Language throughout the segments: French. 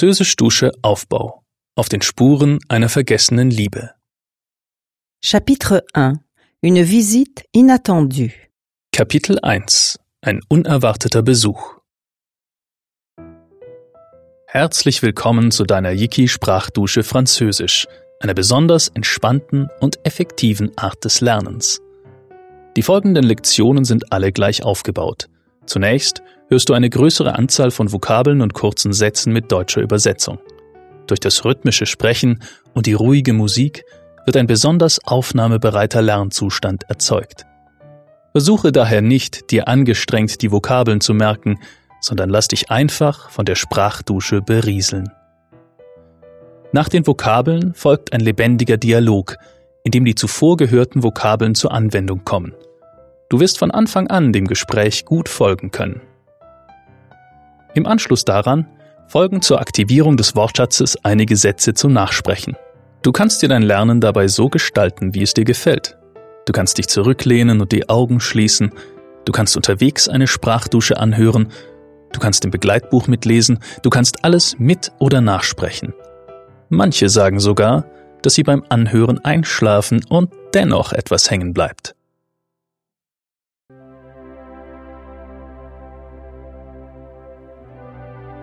Französisch-Dusche Aufbau. Auf den Spuren einer vergessenen Liebe. Chapitre 1 Une visite inattendue. Kapitel 1. Ein unerwarteter Besuch. Herzlich willkommen zu deiner Yiki-Sprachdusche Französisch, einer besonders entspannten und effektiven Art des Lernens. Die folgenden Lektionen sind alle gleich aufgebaut. Zunächst hörst du eine größere Anzahl von Vokabeln und kurzen Sätzen mit deutscher Übersetzung. Durch das rhythmische Sprechen und die ruhige Musik wird ein besonders aufnahmebereiter Lernzustand erzeugt. Versuche daher nicht, dir angestrengt die Vokabeln zu merken, sondern lass dich einfach von der Sprachdusche berieseln. Nach den Vokabeln folgt ein lebendiger Dialog, in dem die zuvor gehörten Vokabeln zur Anwendung kommen. Du wirst von Anfang an dem Gespräch gut folgen können. Im Anschluss daran folgen zur Aktivierung des Wortschatzes einige Sätze zum Nachsprechen. Du kannst dir dein Lernen dabei so gestalten, wie es dir gefällt. Du kannst dich zurücklehnen und die Augen schließen. Du kannst unterwegs eine Sprachdusche anhören. Du kannst im Begleitbuch mitlesen. Du kannst alles mit oder nachsprechen. Manche sagen sogar, dass sie beim Anhören einschlafen und dennoch etwas hängen bleibt.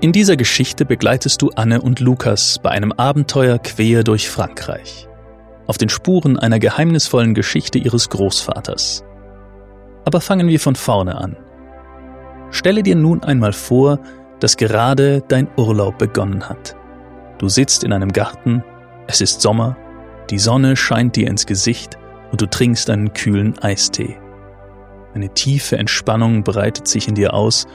In dieser Geschichte begleitest du Anne und Lukas bei einem Abenteuer quer durch Frankreich, auf den Spuren einer geheimnisvollen Geschichte ihres Großvaters. Aber fangen wir von vorne an. Stelle dir nun einmal vor, dass gerade dein Urlaub begonnen hat. Du sitzt in einem Garten, es ist Sommer, die Sonne scheint dir ins Gesicht und du trinkst einen kühlen Eistee. Eine tiefe Entspannung breitet sich in dir aus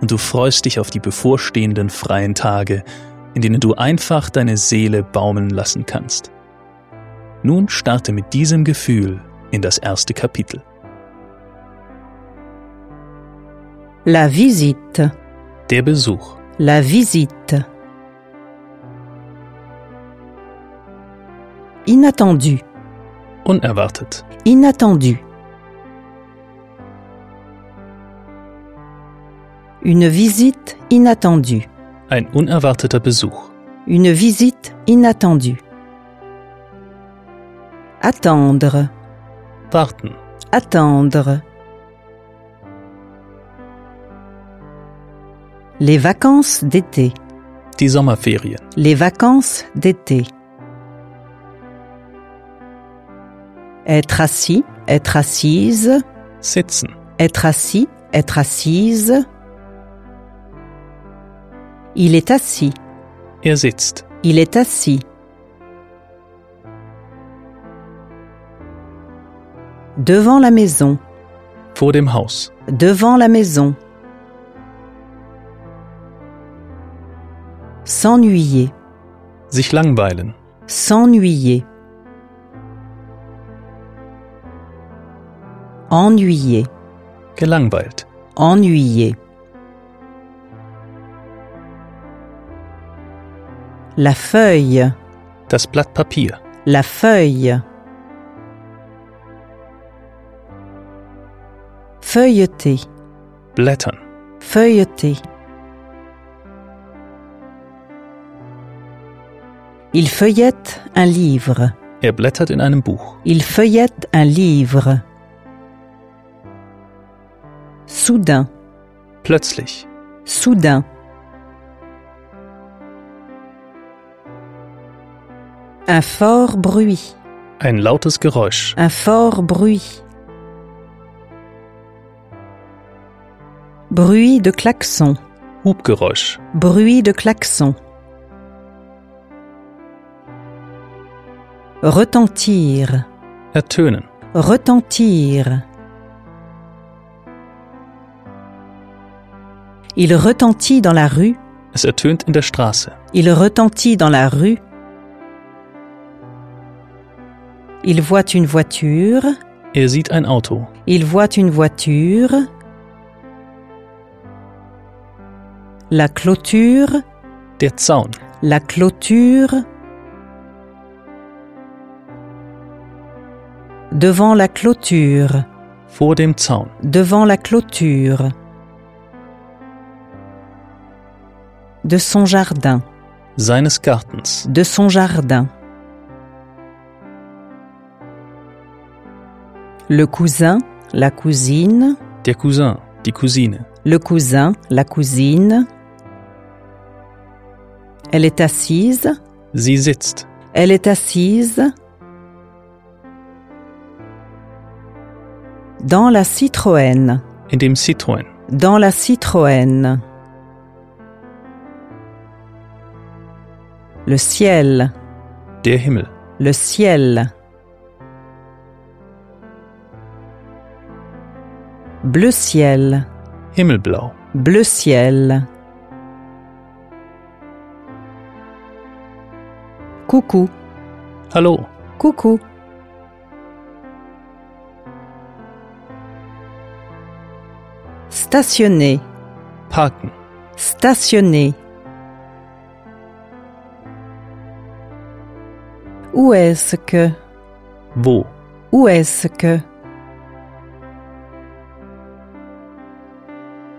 und du freust dich auf die bevorstehenden freien Tage, in denen du einfach deine Seele baumeln lassen kannst. Nun starte mit diesem Gefühl in das erste Kapitel. La visite. Der Besuch. La visite. Inattendu. Unerwartet. Inattendu. Une visite inattendue. Ein unerwarteter Besuch. Une visite inattendue. Attendre. Warten. Attendre. Les vacances d'été. Die Sommerferien. Les vacances d'été. Être assis, être assise, Sitzen. être assis, être assise. Il est assis, Er sitzt. il est assis. Devant la maison, Vor dem Haus. devant la maison. S'ennuyer, Sich langweilen. s'ennuyer. Ennuyer. Gelangweilt. Ennuyer. La feuille, Das Blatt Papier. la feuille. Feuilleter, Blättern. feuilleter. Il feuillette un livre. Er blättert in einem Buch. Il feuillette un livre. Soudain, Plötzlich. Soudain. Un fort bruit, Ein lautes Geräusch. un fort bruit. Bruit de klaxon, Hubgeräusch. bruit de klaxon. Retentir, Ertönen. retentir. Il retentit dans la rue, Es ertönt in der Straße. Il retentit dans la rue. Il voit une voiture. Er sieht ein Auto. Il voit une voiture. La clôture. Der Zaun. La clôture. Devant la clôture. Vor dem Zaun. Devant la clôture. De son jardin. seines Gartens, de son jardin. Le cousin, la cousine, der Cousin, die Cousine. le cousin, la cousine. Elle est assise, Sie sitzt, elle est assise. Dans la Citroën, in dem Citroën, dans la Citroën. Le ciel, der Himmel, le ciel. Bleu ciel, Himmelblau, bleu ciel. Coucou, Hallo, coucou. Stationner, Parken, stationner. Où est-ce que wo, Où est-ce que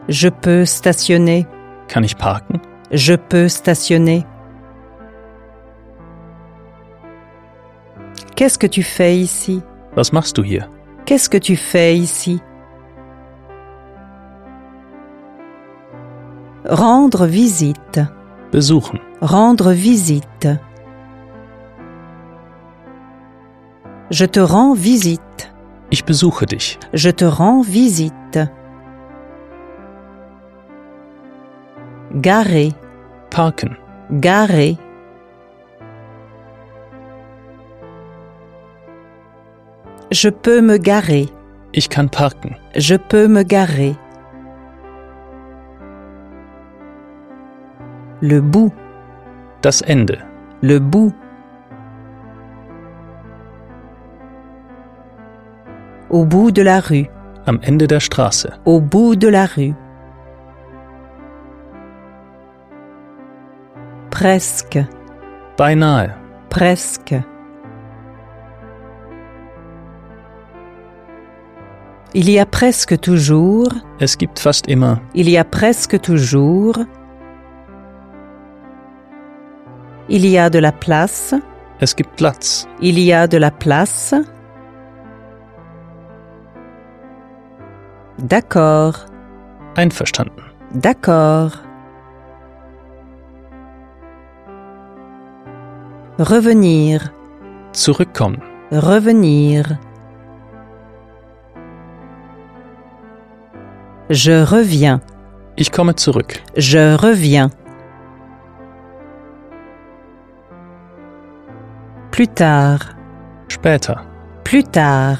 Je peux stationner. kann ich parken? Je peux stationner. Qu'est-ce que tu fais ici Was machst du hier? Qu'est-ce que tu fais ici Rendre visite. Besuchen, Rendre visite. Je te rends visite. ich besuche dich. Je te rends visite. Garer, Parken, garer. Je peux me garer. ich kann parken. Je peux me garer. Le bout, Das Ende, le bout. Au bout de la rue. am Ende der Straße, au bout de la rue. Presque, beinahe, presque. Il y a presque toujours, es gibt fast immer il y a presque toujours. Il y a de la place, Es gibt Platz. il y a de la place. D'accord. Einverstanden. D'accord. Revenir, Zurückkommen. revenir. Je reviens, Ich komme zurück. je reviens. Plus tard, Später. plus tard.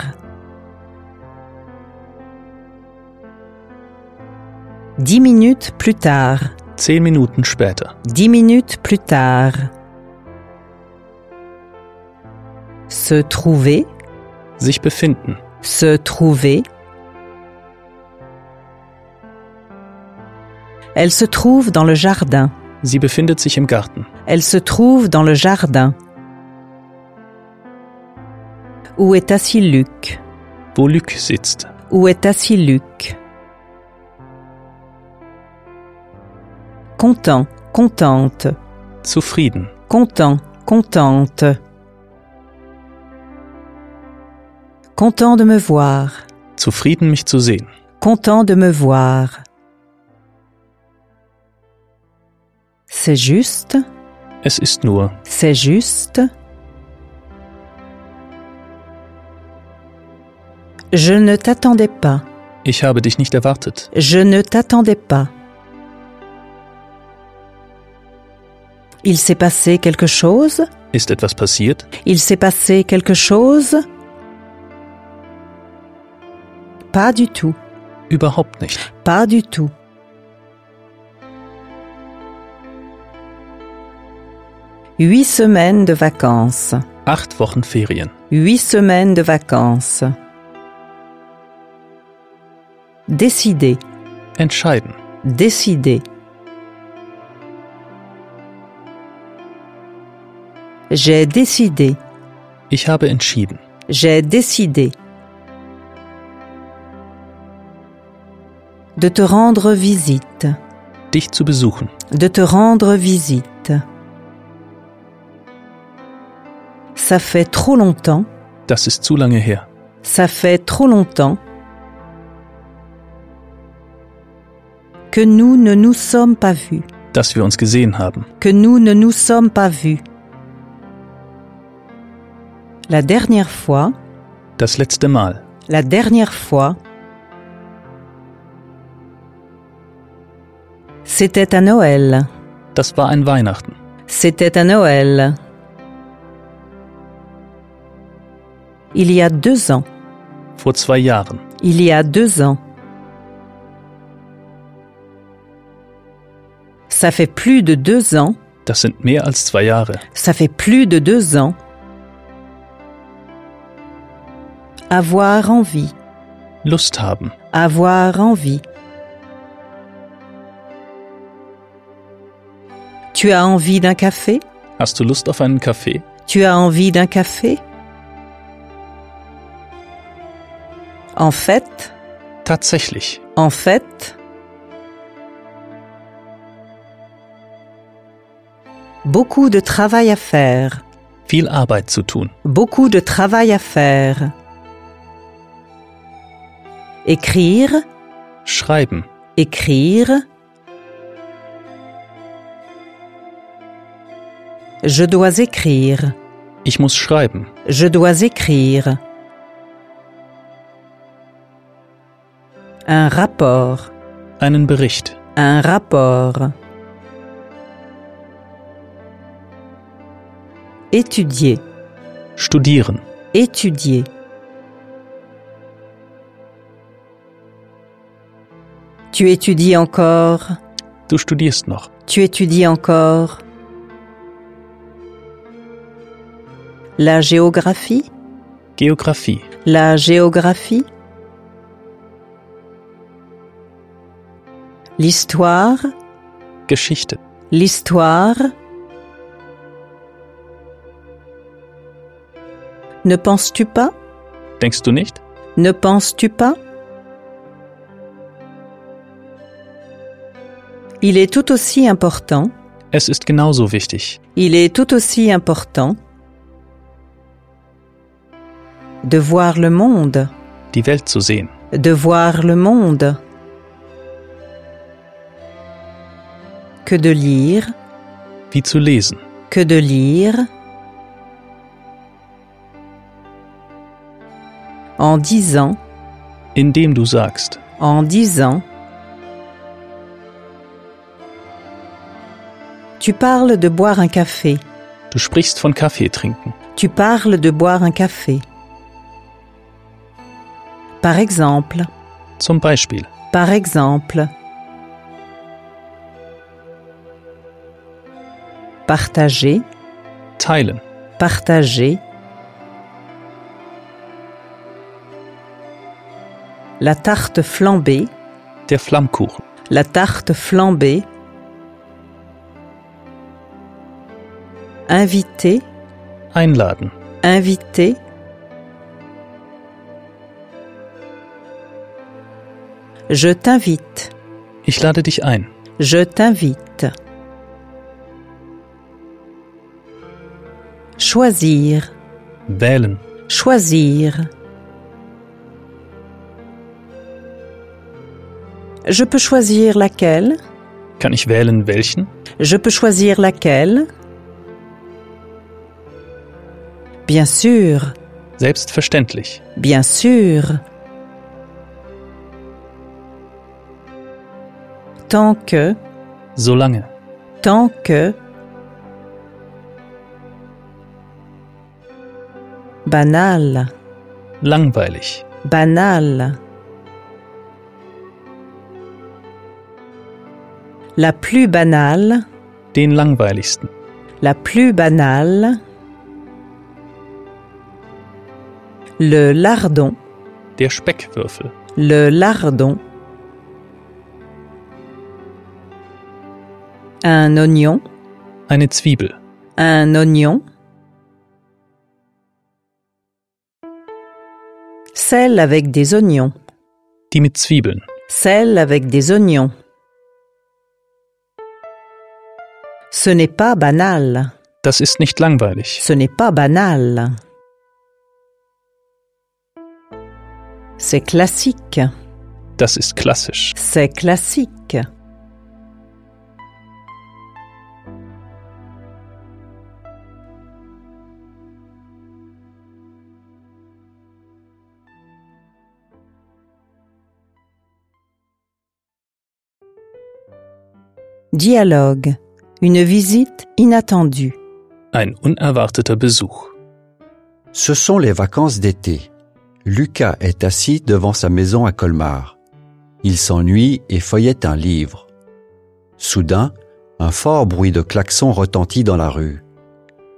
Dix minutes plus tard. Zehn Minuten später. Dix minutes plus tard. Se trouver, Sich befinden. se trouver. Elle se trouve dans le jardin. Sie befindet sich im Garten. Elle se trouve dans le jardin. Où est assis Luc Wo Luc sitzt. Où est assis Luc Content, contente. Zufrieden. Content, contente. Content de me voir, Zufrieden, mich zu sehen. content de me voir. C'est juste, Es ist nur. c'est juste. Je ne t'attendais pas, Ich habe dich nicht erwartet. je ne t'attendais pas. Il s'est passé quelque chose Ist etwas passiert? Il s'est passé quelque chose Pas du tout, Überhaupt nicht. pas du tout. Huit semaines de vacances, Acht Wochen Ferien. huit semaines de vacances. Décider, Entscheiden. décider. J'ai décidé. Ich habe entschieden. J'ai décidé de te rendre visite, Dich zu besuchen. de te rendre visite. Ça fait trop longtemps. Das ist zu lange her. Ça fait trop longtemps que nous ne nous sommes pas vus. Dass wir uns gesehen haben. Que nous ne nous sommes pas vus. La dernière fois, Das letzte Mal. la dernière fois, c'était à Noël. Das war ein Weihnachten. C'était à Noël. Il y a deux ans. Vor zwei Jahren. Il y a deux ans. Ça fait plus de deux ans. Das sind mehr als zwei Jahre. Ça fait plus de deux ans. Avoir envie. Lust haben. Avoir envie. Tu as envie d'un café Hast du Lust auf einen Kaffee? Tu as envie d'un café En fait, Tatsächlich. en fait, beaucoup de travail à faire, Viel Arbeit zu tun. beaucoup de travail à faire. Écrire, Schreiben. écrire. Je dois écrire. Ich muss schreiben. Je dois écrire. Un rapport, Einen Bericht. un rapport. Étudier, Studieren. étudier. Tu étudies encore, Du studierst noch. tu étudies encore. La géographie Geografie. La géographie L'histoire Geschichte. L'histoire Ne penses-tu pas Denkst du nicht? Ne penses-tu pas Il est tout aussi important Es ist genauso wichtig. Il est tout aussi important de voir le monde. Die Welt zu sehen. de voir le monde que de lire, Wie zu lesen. que de lire. En disant, Indem du sagst. en disant. Tu parles de boire un café. Du sprichst von Kaffee trinken. Tu parles de boire un café. Par exemple, Zum Beispiel. Par exemple, partager, Teilen. partager. La tarte flambée, Der Flammkuchen. la tarte flambée. Inviter, Einladen. inviter. Je t'invite. Ich lade dich ein. Je t'invite. Choisir, Wählen. choisir. Je peux choisir laquelle Kann ich wählen, welchen? Je peux choisir laquelle Bien sûr, Selbstverständlich. bien sûr. Tant que, Solange. tant que banal, Langweilig. banal. La plus banale, Den langweiligsten. la plus banale. Le lardon, Der Speckwürfel. le lardon. Un oignon, Eine Zwiebel. Un oignon. Celle avec des oignons. Die mit Zwiebeln. Celle avec des oignons. Ce n'est pas banal. Das ist nicht langweilig. Ce n'est pas banal. C'est classique. Das ist klassisch. C'est classique. Dialogue. Une visite inattendue. Ein unerwarteter Besuch. Ce sont les vacances d'été. Lucas est assis devant sa maison à Colmar. Il s'ennuie et feuillette un livre. Soudain, un fort bruit de klaxon retentit dans la rue.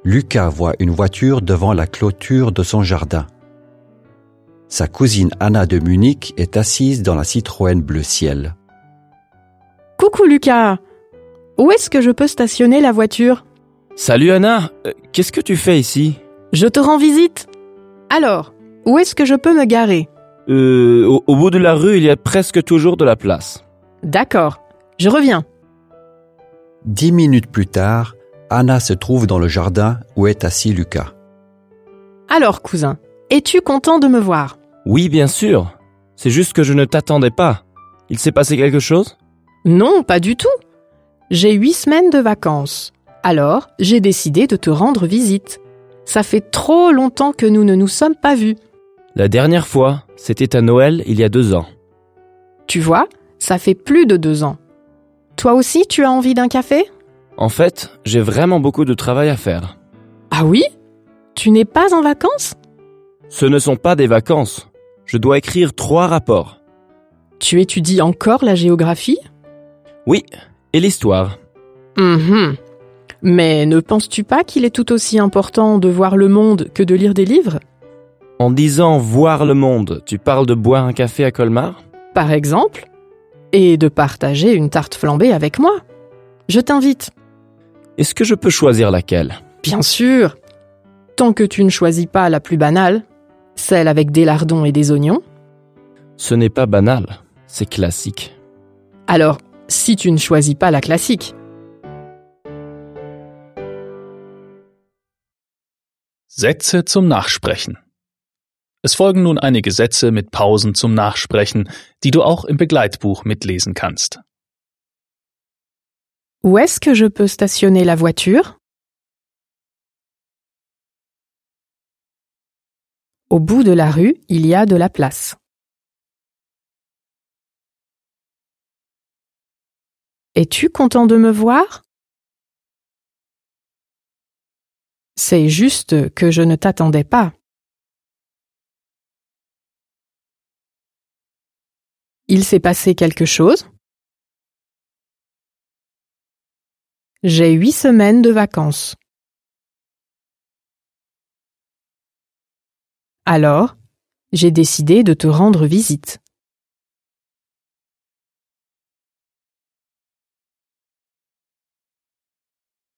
Lucas voit une voiture devant la clôture de son jardin. Sa cousine Anna de Munich est assise dans la Citroën bleu ciel. Coucou Lucas Où est-ce que je peux stationner la voiture Salut Anna, Euh, qu'est-ce que tu fais ici Je te rends visite Alors, où est-ce que je peux me garer Euh, au, au bout de la rue, il y a presque toujours de la place. D'accord, je reviens. Dix minutes plus tard, Anna se trouve dans le jardin où est assis Lucas. Alors cousin, es-tu content de me voir Oui, bien sûr. C'est juste que je ne t'attendais pas. Il s'est passé quelque chose Non, pas du tout. J'ai huit semaines de vacances. Alors, j'ai décidé de te rendre visite. Ça fait trop longtemps que nous ne nous sommes pas vus. La dernière fois, c'était à Noël il y a deux ans. Tu vois, ça fait plus de deux ans. Toi aussi, tu as envie d'un café En fait, j'ai vraiment beaucoup de travail à faire. Ah oui Tu n'es pas en vacances Ce ne sont pas des vacances. Je dois écrire trois rapports. Tu étudies encore la géographie Oui, et l'histoire. Mhm. Mais ne penses-tu pas qu'il est tout aussi important de voir le monde que de lire des livres En disant voir le monde, tu parles de boire un café à Colmar Par exemple Et de partager une tarte flambée avec moi Je t'invite, Est-ce que je peux choisir laquelle bien sûr Tant que tu ne choisis pas la plus banale, celle avec des lardons et des oignons, Ce n'est pas banal, c'est classique. alors si tu ne choisis pas la classique, Sätze zum Nachsprechen. Es folgen nun einige Sätze mit Pausen zum Nachsprechen, die du auch im Begleitbuch mitlesen kannst. où est-ce que je peux stationner la voiture Au bout de la rue, il y a de la place. Es-tu content de me voir C'est juste que je ne t'attendais pas. Il s'est passé quelque chose J'ai huit semaines de vacances. Alors, j'ai décidé de te rendre visite.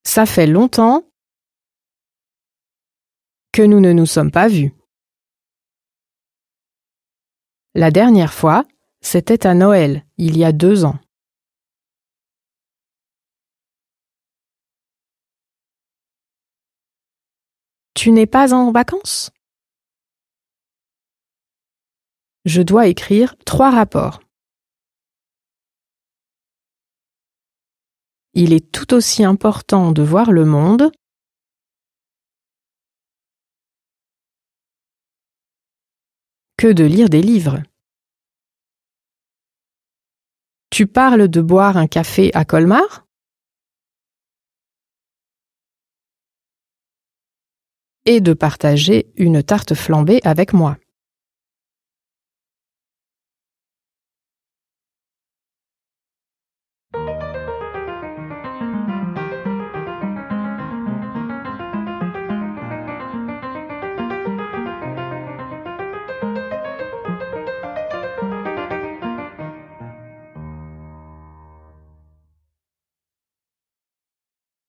Ça fait longtemps que nous ne nous sommes pas vus. La dernière fois, c'était à Noël, il y a deux ans. Tu n'es pas en vacances Je dois écrire trois rapports. Il est tout aussi important de voir le monde que de lire des livres. Tu parles de boire un café à Colmar et de partager une tarte flambée avec moi.